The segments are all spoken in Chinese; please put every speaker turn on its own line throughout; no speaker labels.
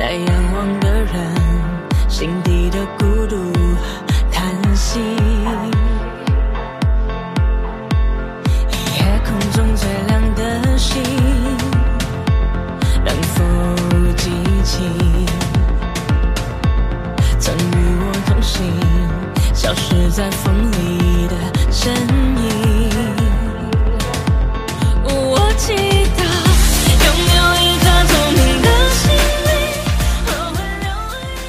那仰望的人心底的孤独叹息。夜空中最亮的星，能否记起？曾与我同行，消失在风里的身影。我祈祷拥有一颗聪明的心灵和温柔的眼神。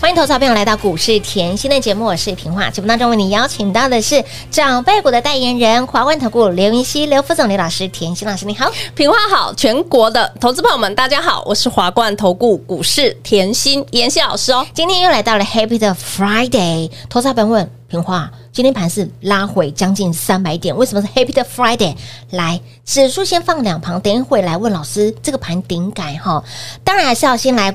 欢迎投资者朋友来到股市甜心的节目，我是平化。节目当中为你邀请到的是长辈股的代言人华冠投顾刘云熙、刘副总、刘老师、甜心老师，你好。
平话好，全国的投资朋友们，大家好，我是华冠投顾股市甜心妍希老师哦。
今天又来到了 Happy 的 Friday，投资者朋友问平花，今天盘是拉回将近三百点，为什么是 Happy 的 Friday？来，指数先放两旁，等一会来问老师这个盘顶改哈，当然还是要先来。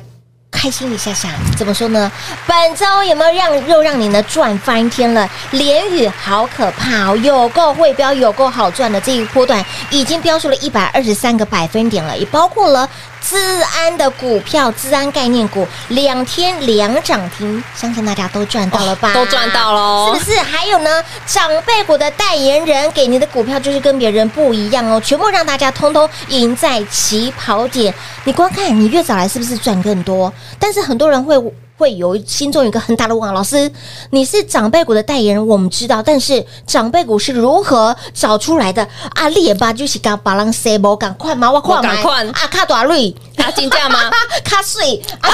开心一下下，怎么说呢？本周有没有让又让你呢赚翻天了？连雨好可怕哦，有够会标，有够好赚的这一波段已经标出了一百二十三个百分点了，也包括了资安的股票、资安概念股两天两涨停，相信大家都赚到了吧？
哦都赚到喽
是不是？还有呢，长辈股的代言人给你的股票就是跟别人不一样哦，全部让大家通通赢在起跑点。你光看你越早来是不是赚更多？但是很多人会会有心中有一个很大的问号，老师，你是长辈股的代言人，我们知道，但是长辈股是如何找出来的？啊，你也吧，就是刚把人 say 不赶快嘛，我快
赶快
啊，卡大瑞。
他竞 价吗？
卡水啊，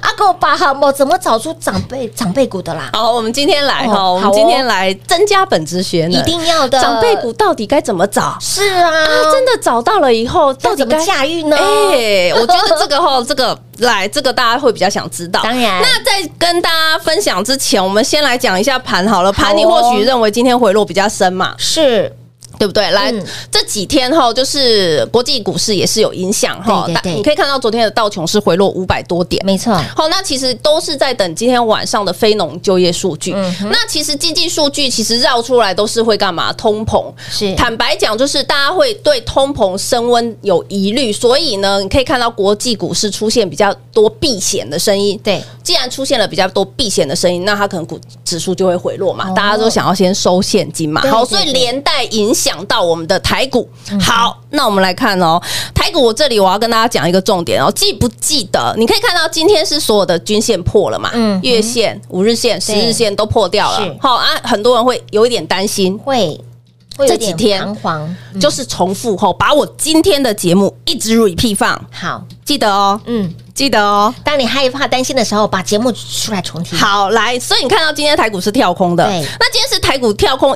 阿狗把哈我怎么找出长辈长辈股的啦？
好，我们今天来
哦
哈、我
好哦
们今天来增加本职学
一
能，
定要的，
长辈股到底该怎么找啊？
是啊，
真的找到了以后，到
要
底
怎么
该
驾驭呢？
哎、我觉得这个哈，这个来，这个大家会比较想知道。
当然
那在跟大家分享之前，我们先来讲一下盘好
好
了。
哦
盘你或许认为今天回落比较深嘛，
是
对不对？来，
嗯
这几天哈，就是国际股市也是有影响哈。
对对
但
对
你可以看到昨天的道琼是回落五百多点。
没错，
好，那其实都是在等今天晚上的非农就业数据。
嗯
那其实经济数据其实绕出来都是会干嘛？通膨。
是
坦白讲，就是大家会对通膨升温有疑虑，所以呢，你可以看到国际股市出现比较多避险的声音。
对，
既然出现了比较多避险的声音，那它可能股指数就会回落嘛，
哦
大家都想要先收现金嘛。
对
好，
对
所以
对嗯
连带影响到我们的台股。好，那我们来看哦，台股我这里我要跟大家讲一个重点哦，记不记得？你可以看到今天是所有的均线破了嘛，
嗯
月线、五日线、十
对
日线都破掉了
是。
好啊，很多人会有一点担心，
会会有
这几
点
天
彷徨，嗯
就是重复后把我今天的节目一直 repeat 放，
好，
记得哦，
嗯，
记得哦。
当你害怕担心的时候，把节目出来重听，，
好，来，所以你看到今天台股是跳空的，
对
那今天是台股跳空。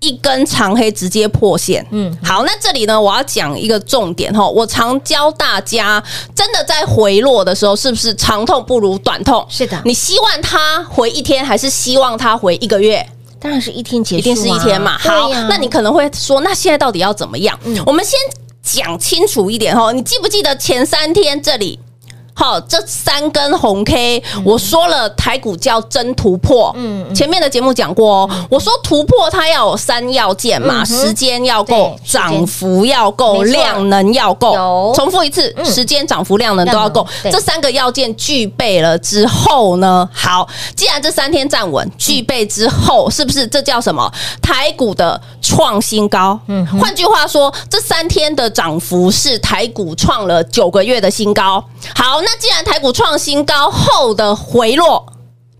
一根长黑直接破线，
嗯
嗯，好，那这里呢，我要讲一个重点哈，我常教大家，真的在回落的时候，是不是长痛不如短痛？
是的
你希望它回一天，还是希望它回一个月？
当然是一天结束啊，
一定是一天嘛。好
对呀，
那你可能会说，那现在到底要怎么样？
嗯
我们先讲清楚一点哦。你记不记得前三天这里？好，这三根红 K，、我说了台股叫真突破。
嗯嗯
前面的节目讲过哦，我说突破它要有三要件嘛，
嗯哼
时间要够
对，时间
涨幅要够，
没错
量能要
有
够。重复一次，
嗯
时间、涨幅、量能都要够
量能。对
这三个要件具备了之后呢，好，既然这三天站稳，具备之后，是不是这叫什么？台股的创新高。嗯，换句话说，这三天的涨幅是台股创了九个月的新高。好，那既然台股创新高后的回落，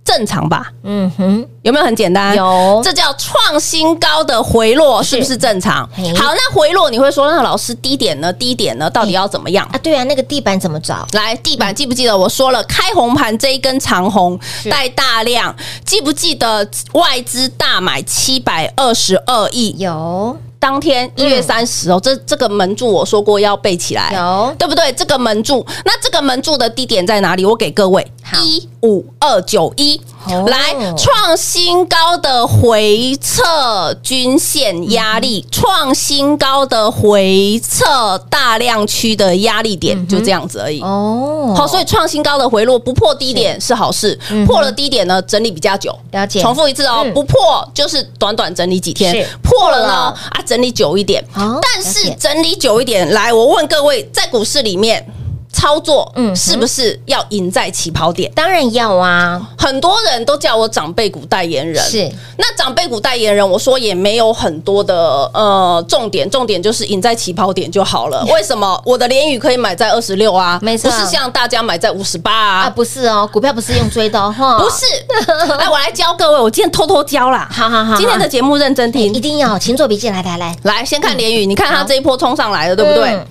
正常吧？
嗯哼，
有没有很简单？
有
这叫创新高的回落，是不是正常？
嘿
好，那回落你会说，那老师低点呢？低点呢？到底要怎么样？
啊，对啊，那个地板怎么找？
来，地板记不记得我说了，开红盘这一根长红带大量，记不记得外资大买七百二十二亿？
有
当天一月三十哦，这这个门柱我说过要背起来，
嗯有
对不对？这个门柱，那这个门柱的地点在哪里？我给各位
好
一五二九一
哦，
来创新高的回撤均线压
嗯
力，创新高的回撤大量区的压力
嗯
点，就这样子而已。
哦，嗯
嗯好，所以创新高的回落不破低点是好事，破了低点呢，整理比较久。
了解
重复一次哦，
嗯
不破就是短短整理几天
是，
破了
破
呢
了
啊，整理久一点。
好
但是
了解
整理久一点，来，我问各位，在股市里面操作，
嗯哼
嗯，是不是要赢在起跑点？
当然要啊，
很多人都叫我长辈股代言人，
是
那长辈股代言人，我说也没有很多的呃重点，重点就是赢在起跑点就好 了。为什么我的联宇可以买在二十六啊？
没错
不是像大家买在五十八
啊，
啊。
不是哦，股票不是用追的哦哈，
不，是， 来，我来教各位，我今天偷偷教啦。哎
好好好
今天的节目认真听
一。定要，请做笔记，来来来，
来，先看联宇，你看它这一波冲上来了，对不对
嗯？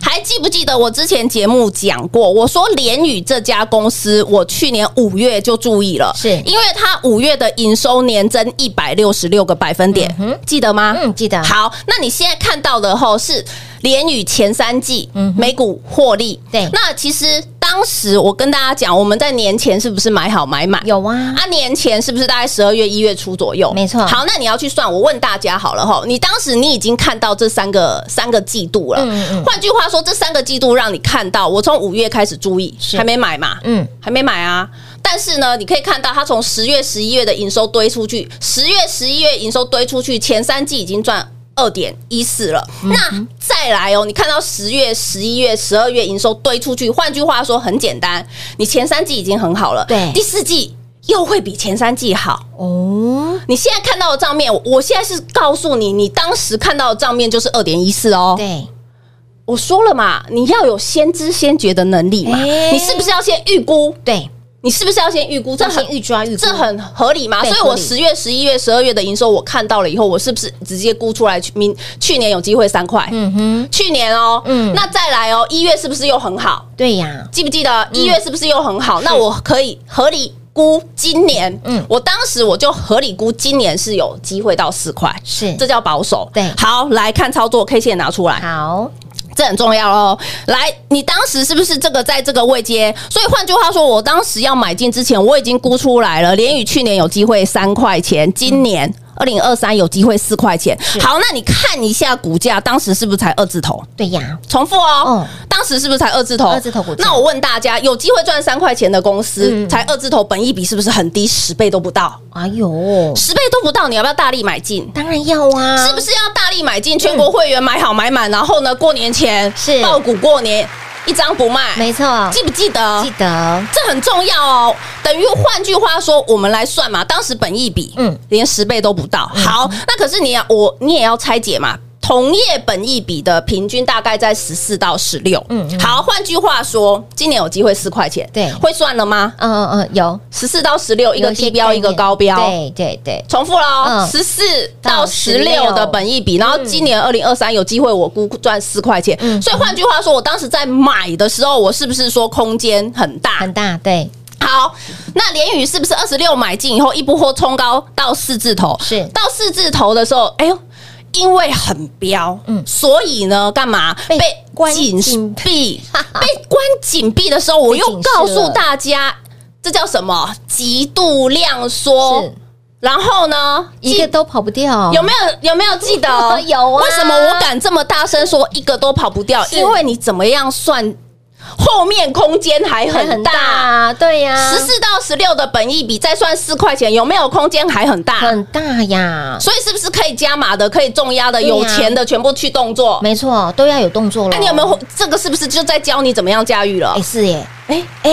还记不记得我之前节目讲过？我说联宇这家公司，我去年五月就注意了，
是
因为它五月的营收年增一百六十六个百分点，记得吗？
嗯，记得，
啊好，那你现在看到的吼是联宇前三季
嗯哼
每股获利，
对
那其实当时我跟大家讲，我们在年前是不是买好买满？
有啊，
啊，年前是不是大概十二月、一月初左右？
没错
好，那你要去算。我问大家好了哈，你当时你已经看到这三个三个季度了。
嗯嗯
换句话说，这三个季度让你看到，我从五月开始注意，
是
还没买嘛，
嗯，
还没买啊。但是呢，你可以看到它从十月、十一月的营收堆出去，十月、十一月营收堆出去，前三季已经赚。二点一四了，
嗯
那再来哦，你看到十月、十一月、十二月营收堆出去，换句话说很简单，你前三季已经很好了，
对
第四季又会比前三季好。
哦，
你现在看到的账面，我我现在是告诉你，你当时看到的账面就是二点一四哦，
对，
我说了嘛，你要有先知先觉的能力嘛，
哎
你是不是要先预估？
对，
你是不是要先预估？这
要
很
先预抓预估
这很合理嘛？
对
所以我
合理
十月、十一月、十二月的营收我看到了以后，我是不是直接估出来？去明去年有机会三块，
嗯哼，
去年哦，
嗯
那再来哦，一月是不是又很好？
对呀，
记不记得
嗯
一月是不是又很好？那我可以合理估今年，
嗯
嗯，我当时我就合理估今年是有机会到四块，
是
这叫保守。
对
好，来看操作 K 线拿出来，
好，
这很重要哦。来，你当时是不是这个在这个位阶？所以换句话说，我当时要买进之前，我已经估出来了，联宇去年有机会三块钱，今年二零二三有机会四块钱。好，那你看一下股价，当时是不是才二字头？
对呀，
重复哦，
嗯
当时是不是才二字头？
二字头股价
那我问大家，有机会赚三块钱的公司，
嗯
才二字头，本益比是不是很低？十倍都不到，
哎呦，
十倍都不到，你要不要大力买进？
当然要啊，
是不是要大力买进？全国会员买好买满，然后呢，过年前
是
爆股过年一张不卖，
没错，
记不记得？
记得，
这很重要哦。等于换句话说，我们来算嘛，当时本益比，
嗯
嗯，连十倍都不到。好，那可是你要我你也要拆解嘛。同业本益比的平均大概在十四到十六。
嗯
嗯
嗯，
好，换句话说，今年有机会四块钱，
对
会算了吗？
嗯嗯嗯，有
十四到十六，一个
有些
低标，一个
概念
高标，
对对对，
重复喽
嗯，
十四
到
到十六的本益比，然后今年二零二三有机会我估赚四块钱
嗯，
所以换句话说，我当时在买的时候，我是不是说空间很大
很？大，对，
好，那联宇是不是二十六买进以后一波波冲高到四字头？
是
到四字头的时候，哎呦。因为很标，
嗯
嗯，所以呢，干嘛
被
被
关
紧
紧
闭？被关紧闭的时候，我
被
又
警示
告诉
了
大家，这叫什么？极度量缩
是。
然后呢，
一个都跑不掉，？
哦有没有有没有记得
哦 有啊
为什么我敢这么大声说一个都跑不掉？
是
因为你怎么样算，后面空间还
还很
很大。
大？啊对呀，
十四到十六的本益比再算四块钱，有没有空间还很大？
很大呀，
所以是不是可以加码的、可以重压的、
对呀
有钱的全部去动作？
没错，都要有动作了。
那你有没有这个？是不是就在教你怎么样驾驭了
哎，？是耶，
哎，
哎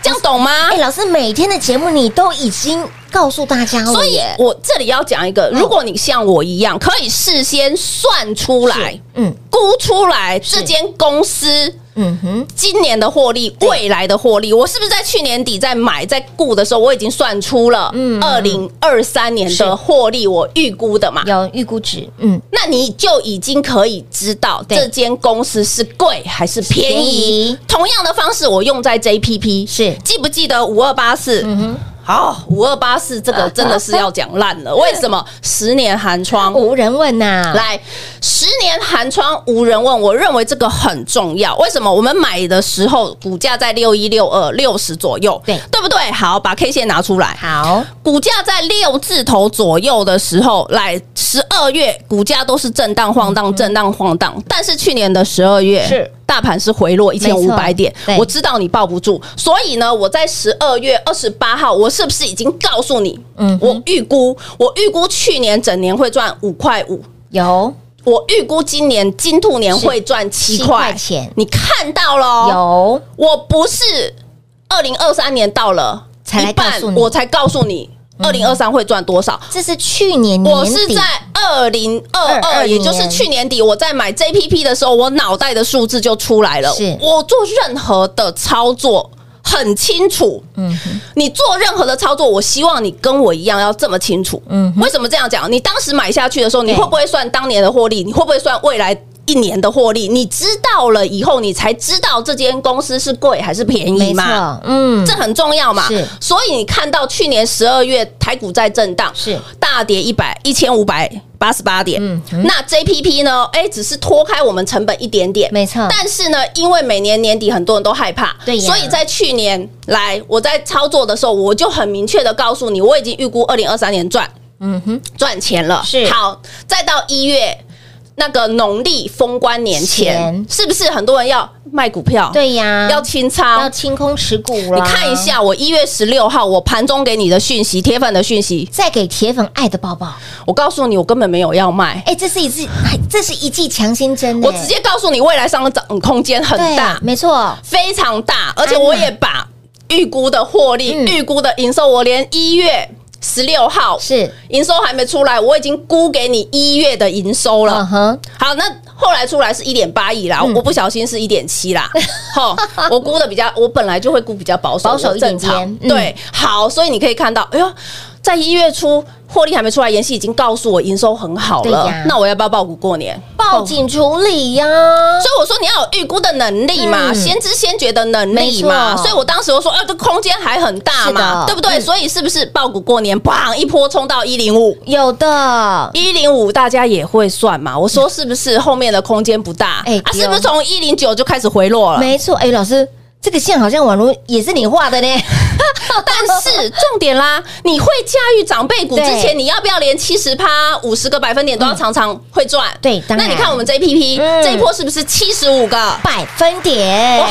这样懂吗
哎，？老师每天的节目你都已经告诉大家了，
所以，我这里要讲一
嗯
个，如果你像我一样，可以事先算出来、
嗯
估出来这间公司
嗯哼，
今年的获利、未来的获利，我是不是在去年底在买在顾的时候，我已经算出了
嗯
二零二三年
是
的获利，我预估的嘛？
有预估值，嗯，
那你就已经可以知道
对
这间公司是贵还是便
便宜
宜。同样的方式，我用在 JPP，
是
记不记得五二八四？
嗯哼，
好，五二八四这个真的是要讲烂 了。为什么？十年寒窗，
无人问呐、
来，十年寒窗无人问，我认为这个很重要。为什么？我们买的时候股价在六一六二六十左右，
对
对不对？好，把 K 线拿出来。
好，
股价在六字头左右的时候，来十二月股价都是震荡晃荡、震荡晃荡，但是去年的十二月
嗯是
大盘是回落一千五百点
对，
我知道你抱不住，所以呢，我在十二月二十八号，我是不是已经告诉你，
嗯哼
我预估我预估去年整年会赚五块五，
有
我预估今年金兔年
是
会赚七
七
块
块钱
你看到了哦、
有，
我不是二零二三年到了
才来
一半
告诉你嗯
我才告诉你二零二三会赚多少。
这是去年
我
年
是
底
在二零二
22
二，也就是
年
去年底，我在买 JPP 的时候，我脑袋的数字就出来了
是。
我做任何的操作很清楚。嗯，你做任何的操作，我希望你跟我一样要这么清楚。
嗯
嗯，
哼
为什么这样讲？你当时买下去的时候，你
对
会不会算当年的获利？你会不会算未来？一年的获利，你知道了以后，你才知道这间公司是贵还是便宜
没错
嘛？，
嗯
这，很重要嘛
是。
所以你看到去年十二月台股在震荡，
是
大跌一百一千五百八十八点。
嗯
那 JPP 呢？哎，只是拖开我们成本一点点，
没错
但是呢，因为每年年底很多人都害怕，
对呀
所以在去年来我在操作的时候，我就很明确的告诉你，我已经预估二零二三年赚
嗯哼，
赚钱了。
是
好，再到一月。那个农历封关年前
前，
是不是很多人要卖股票？、
对呀，
要清仓，
要清空持股了，
你看一，下我一月十六号我盘中给你的讯息，铁粉的讯息，
再给铁粉爱的抱抱，
我告诉你，我根本没有要卖，
哎，这是一剂，哎这是一剂强心针呢，
我直接告诉你，未来上涨空间很
对
大，
没错，
非常大，而且我也把预估的获利、
嗯
预估的营收，我连一月十六号
是，
营收还没出来，我已经估给你一月的营收了。
嗯哼，
好，那后来出来是一点八亿啦，
嗯
我不小心是一点七 啦。吼，我估的比较，我本来就会估比较保守，
保守一点
正常。
点嗯
对，好，所以你可以看到，哎呦，在一月初获利还没出来，妍希已经告诉我营收很好
对
了
呀，嗯
那我要不要报股过年？
报警处理呀，
所以我说你要有预估的能力嘛，
嗯
先知先觉的能力
没
嘛。
错
所以我当时我说，哎、这空间还很大
是的
嘛，对不对？
嗯
所以是不是报股过年，砰一波冲到一零五？
有的，
一零五大家也会算嘛？我说是不是后面的空间不大？
哎
啊，
对哦
是不是从一零九就开始回落了？
没错，哎，老师，这个线好像宛如也是你画 的呢，
但 是重点啦，你会驾驭长辈股之
对
前，你要不要连七十趴、五十个百分点都要常常会赚？
对当然
那你看我们 JPP
嗯
这一波是不是七十五个？
百分点
哇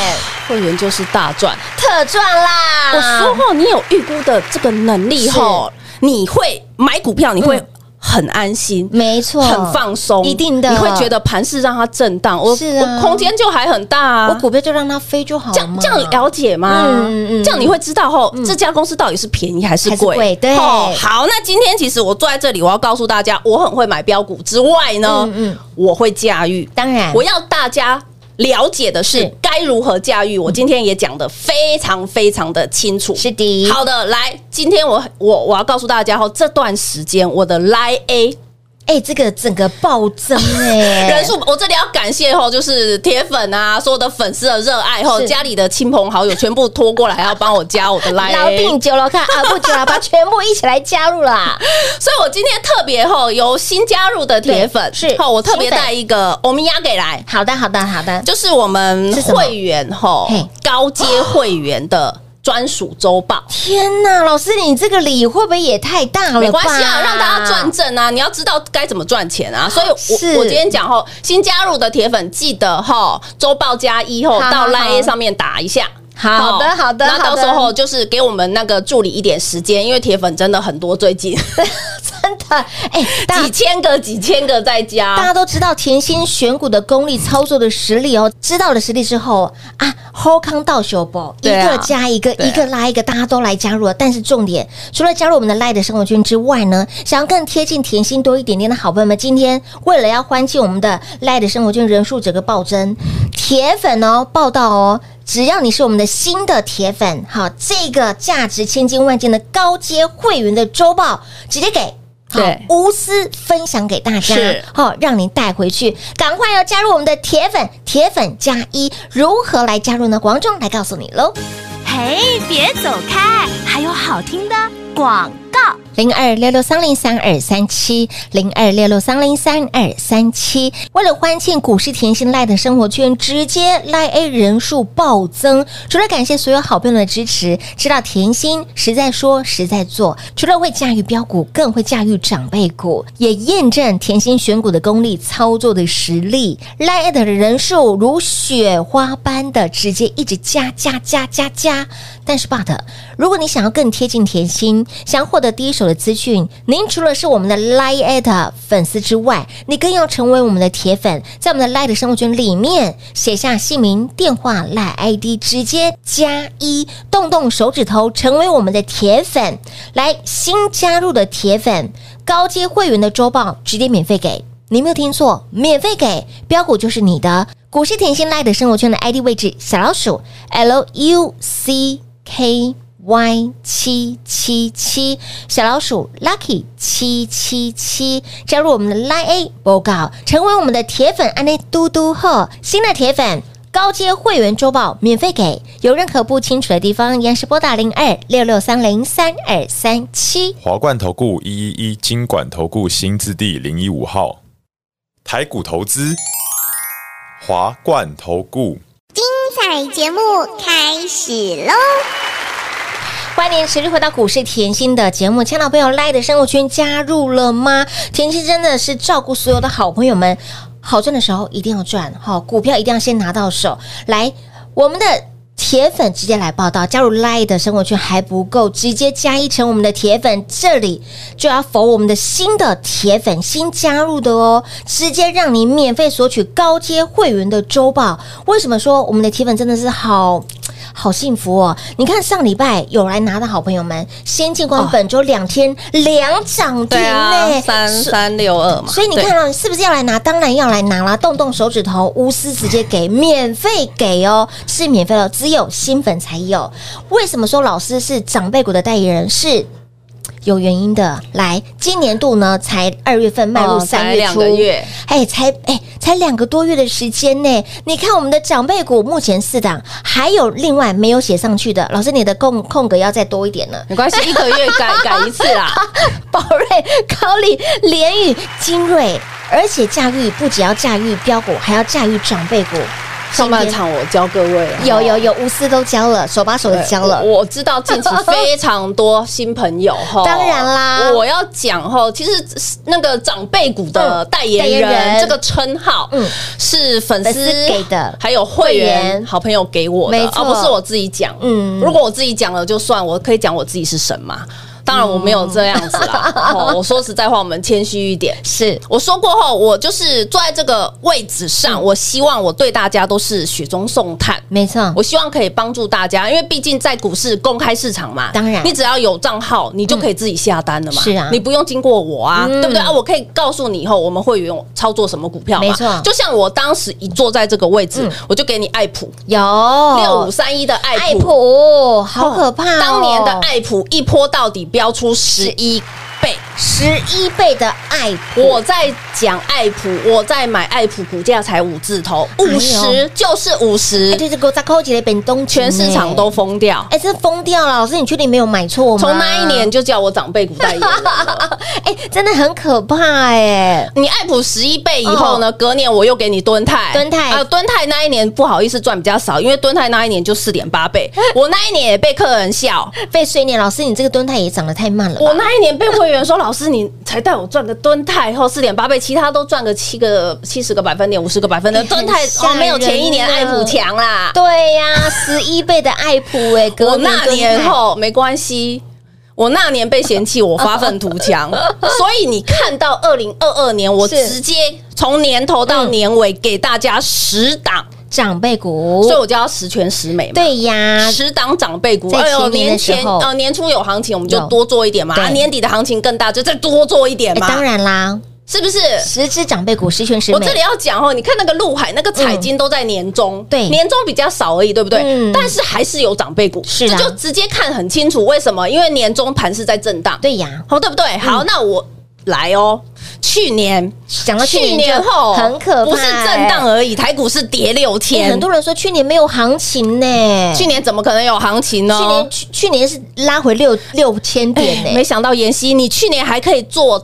会员就是大赚。
特赚啦，
我说后你有预估的这个能力后，你会买股票，你会
嗯
很安心。
没错，
很放松，
一定的，
你会觉得盘势让它震荡，我
是啊
我空间就还很大啊。
我股票就让它飞就好
这样
嘛
这样了解吗？
嗯嗯嗯
这样你会知道后、这家公司到底是便宜还是
还是
贵？
贵对
哦好，那今天其实我坐在这里，我要告诉大家，我很会买标股之外呢，
嗯嗯
我会驾驭。
当然
我要大家。了解的是
是
该如何驾驭，我今天也讲的非常非常的清楚。
嗯是的，
好的，来，今天我我我要告诉大家哦，这段时间我的 Line A
哎、这个整个暴增哎、
人数，我这里要感谢吼，就是铁粉啊，所有的粉丝的热爱吼，
是
家里的亲朋好友全部拖过来，要帮我加我的 line，
老定九楼 看阿布九喇叭全部一起来加入啦，
所以我今天特别吼有新加入的铁粉，
对是
吼，我特别
新粉
带一个欧米亚给来，
好的好的好的，
就是我们
是什么
会员吼
嘿
高阶会员的专属周报。
天哪，老师你这个礼会不会也太大了吧？
没关系啊，让大家赚正啊！你要知道该怎么赚钱啊！所以
是
我我今天讲吼，新加入的铁粉记得吼，周报加一吼
好好
到 Line
好
A 上面打一下。
好的好的
那
好
到
的
时候就是给我们那个助理一点时间，因为铁粉真的很多，最近
真的哎、大
几
家。
千个、几千个在
大
加。
家都知道甜心选股的功力、操作的实力哦，知道了实力之后啊，后康到手不，一
对啊
个加一个，
对啊
一个拉一个，大家都来加入了。但是重点，除了加入我们的 Light 生活圈之外呢，想要更贴近甜心多一点点的好朋友们，今天为了要欢庆我们的 Light 生活圈人数整个暴增，铁粉哦，报道哦。只要你是我们的新的铁粉，好，这个价值千金万金的高阶会员的周报，直接给好
对
无私分享给大家
是，
哦，让您带回去，赶快哦要加入我们的铁粉，铁粉加一，如何来加入呢？广众来告诉你喽。
嘿，
嘿，别走开，还有好听的广告。
零二六六三零三二三七，零二六六三零三二三七。为了欢庆股市甜心赖的生活圈，直接赖 A 人数暴增。除了感谢所有好朋友的支持，知道甜心实在说实在做，除了会驾驭标股，更会驾驭长辈股，也验证甜心选股的功力、操作的实力。赖 A 的人数如雪花般的直接一直加加加加加。但是 but，如果你想要更贴近甜心，想要获得第一手的资讯，您除了是我们的 Line at 粉丝之外，你更要成为我们的铁粉，在我们的 Line 的生活圈里面写下姓名、电话、Line ID，直接加一，动动手指头成为我们的铁粉。来，新加入的铁粉，高阶会员的周报直接免费给。你没有听错，免费给标股就是你的。股市甜心 Light 的生活圈的 ID 位置小老鼠 L U C K Y 七七七，小老鼠 Lucky 七七七，加入我们的 Line A 报告，成为我们的铁粉，安内嘟嘟后新的铁粉。高阶会员周报免费给，有任何不清楚的地方，延时拨打零二六六三零三二三七。
华冠投顾一一一金管投顾新字第零一五号，台股投资，华冠投顾。
彩节目开始喽！
欢迎持续回到股市甜心的节目，亲爱的朋友，赖的生活圈加入了吗？甜心真的是照顾所有的好朋友们，好赚的时候一定要赚，好、股票一定要先拿到手。来，我们的铁粉直接来报道，加入赖的生活圈还不够，直接加一成我们的铁粉，这里就要否我们的新的铁粉新加入的哦，直接让你免费索取高阶会员的周报。为什么说我们的铁粉真的是好？好幸福哦！你看上礼拜有来拿的好朋友们，先进光本周两天两涨停
哦对啊，
呢，
三
所
三六二嘛，
所以你
对
看哦，是不是要来拿？当然要来拿啦！动动手指头，无私直接给，免费给哦，是免费的，只有新粉才有。为什么说老师是长辈股的代言人？是。有原因的，来，今年度呢才二月份迈入
哦
三
才
月
两
初，
个月
哎，才哎才两个多月的时间呢。你看我们的长辈股目前四档，还有另外没有写上去的，老师你的空空格要再多一点呢。
没关系，一个月改改一次 啦。
宝瑞、高丽、联宇、精锐，而且驾驭不只要驾驭标股，还要驾驭长辈股。
上半场我教各位了，
有有有，无私都教了，手把手的
对
教了。
我我知道近期非常多新 朋友哈，
当然啦
我要讲哈，其实那个长辈股的代
嗯
言
代言
人
人
这个称号，
嗯
嗯，是粉
粉
丝
丝给的
还有会
会
员
员
好朋友给我的，
没错
啊不是我自己讲。
嗯
嗯，如果我自己讲了就算，我可以讲我自己是神嘛。当然我没有这样子啦，哦，我说实在话，我们谦虚一点。
嗯是
我说过后，我就是坐在这个位置上，
嗯
我希望我对大家都是雪中送炭。
没错，
我希望可以帮助大家，因为毕竟在股市公开市场嘛，
当然
你只要有账号，你就可以自己下单了嘛。
是啊
你不用经过我啊，
嗯
对不对啊？我可以告诉你以后我们会员操作什么股票嘛。
没错嗯
就像我当时一坐在这个位置，我就给你爱普
有
六五三一的爱普。
哦爱普，好可怕、哦！
当年的爱普一波到底飙出十
哦
一倍，
十一倍的爱普，
我在讲爱普，我在买爱普，股价才五字头，
哎呦
五十就是五
哎
十，
对这个扎扣起来本东
全市场都疯掉。
哎，这疯掉了！老师，你确定没有买错吗？
从那一年，就叫我长辈股代言人了。
哎，真的很可怕哎、
你爱普十一倍以后呢，隔年我又给你敦泰，
嗯敦泰
啊，敦泰那一年不好意思赚比较少，因为敦泰那一年就四点 八倍，我那一年也被客人笑，
被碎念，老师，你这个蹲态也涨得太慢了吧。
我那一年被会员说，老师你才带我赚个敦泰哦后四点八倍，其他都赚个七个七十个百分点，五十个 百分点，
哎很
敦泰
吓
哦没有前一年
人
爱
啊
普 强啦，
对呀、十一倍的爱普哎、隔
我那
蹲
年
态
后没关系。我那年被嫌弃，我发愤图强， 所以你看到二零二二年，我
是嗯
直接从年头到年尾给大家十档，
长辈股，
所以我就要十全十美嘛。
哦对呀，
十档长辈股，
在前年的
年
时
前
候
呃年初有行情，我们就
有
多做一点嘛；
对
啊年底的行情更大，就再多做一点
哎
嘛。
当，然啦，
是不是？
十只长辈股，十全十
我
美嗯
这。里要讲哦，你看那个陆海那个彩金都在年中，
对
年中比较少而已，对不对？
嗯
但是还是有长辈股，
是啊
这就直接看很清楚。为什么？因为年中盘是在震荡，
对呀，嗯
好，对不对？好，那我来哦。去年
讲到去年就
后
很可怕
不是震荡而已，台股是跌六
哎
千，
很多人说去年没有行情呢，
去年怎哦么可能有行情呢？
去年去去年是拉回六六千点呢，
没想到妍希，你去年还可以做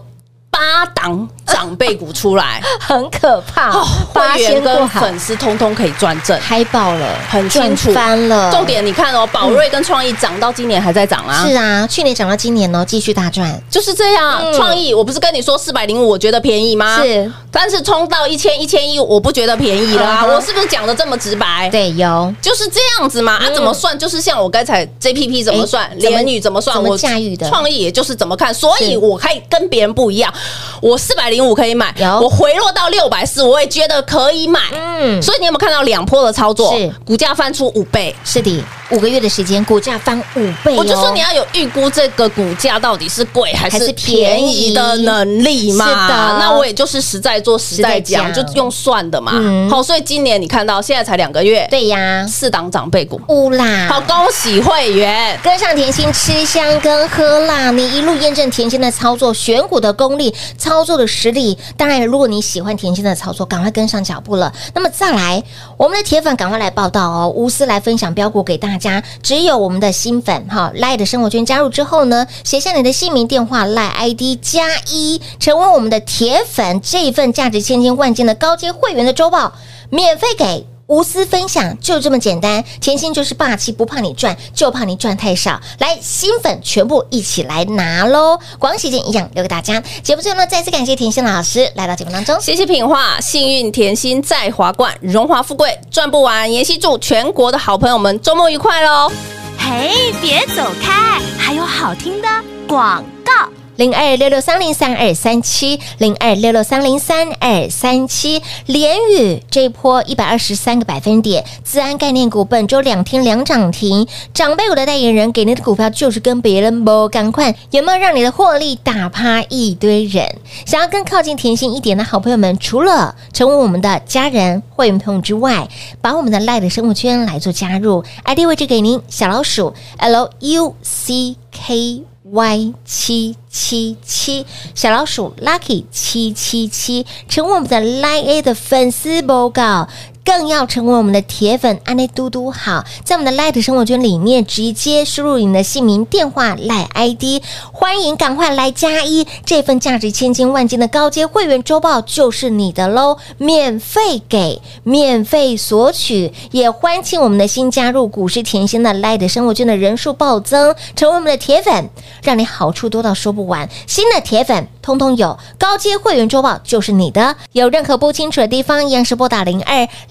八档长辈股出来，
很可怕
哦，
八
会员
千多
跟
好，
粉丝通通可以赚正。
嗨爆了，
很
赚
清楚
翻了，
重。点你看哦，宝瑞跟创意涨到今年还在涨啊，
是啊，去年涨到今年哦，继续大赚，
就是这样。创意我不是跟你说四百零五，我觉得便宜吗？
是，
但是冲到一千一千一，我不觉得便宜了啊！
嗯哼
我是不是讲的这么直白？
对，有
就是这样子嘛，
嗯
啊，怎么算？就是像我刚才 JPP 怎么算
哎，怎么
联宇怎么算，
怎么
我
驾驭的
创意也就是怎么看，所以
是
我可以跟别人不一样。我四百零五可以买
有，
我回落到六百四，我也觉得可以买。
嗯
所以你有没有看到两波的操作
是？
股价翻出五倍。
是的，五个月的时间，股价翻五倍、哦，
我就说你要有预估这个股价到底是贵还
还是
是便宜的能力嘛。
便宜是的
那我也就是实在做实在
实
讲，
在
就
讲
用算的嘛
嗯。
好，所以今年你看到现在才两个月，
对呀，
四档长辈股。
乌啦，
好，恭喜会员。
跟上甜心吃香跟喝辣，你一路验证甜心的操作、选股的功力、操作的实力。当然，如果你喜欢甜心的操作，赶快跟上脚步了。那么再来，我们的铁粉赶快来报道哦，无私来分享标股给大家。只有我们的新粉哈赖的生活圈加入之后呢，写下你的姓名、电话、赖 ID 加一，成为我们的铁粉，这一份价值千金万金的高阶会员的周报，免费给。无私分享就这么简单，甜心就是霸气，不怕你赚，就怕你赚太少。来，新粉全部一起来拿喽！广喜间一样留给大家。节目最后呢，再次感谢甜心老师来到节目当中。
谢谢品画，幸运甜心在华冠，荣华富贵赚不完。妍希祝全国的好朋友们周末愉快喽！
嘿，别走开，还有好听的广告。
零二六六三零三二三七，零二六六三零三二三七，联宇这一波一百二十三个百分点，自安概念股本周两天两涨停，长辈股的代言人给您的股票就是跟别人不赶快，有没有让你的获利打趴一堆人？想要更靠近甜心一点的好朋友们，除了成为我们的家人、会员朋友之外，把我们的赖的生活圈来做加入，ID 位置给您小老鼠 L U C K。Y 七七七小老鼠 Lucky 七七七，成为我们的 Line A 的粉丝报告。更要成为我们的铁粉，安内嘟嘟好，在我们的 Light 生活圈里面直接输入你的姓名、电话、Light ID，欢迎赶快来加一，这份价值千金万金的高阶会员周报就是你的喽，免费给，免费索取，也欢庆我们的新加入股市甜心的 Light 生活圈的人数暴增，成为我们的铁粉，让你好处多到说不完。新的铁粉通通有，高阶会员周报就是你的。有任何不清楚的地方，一样是拨打零二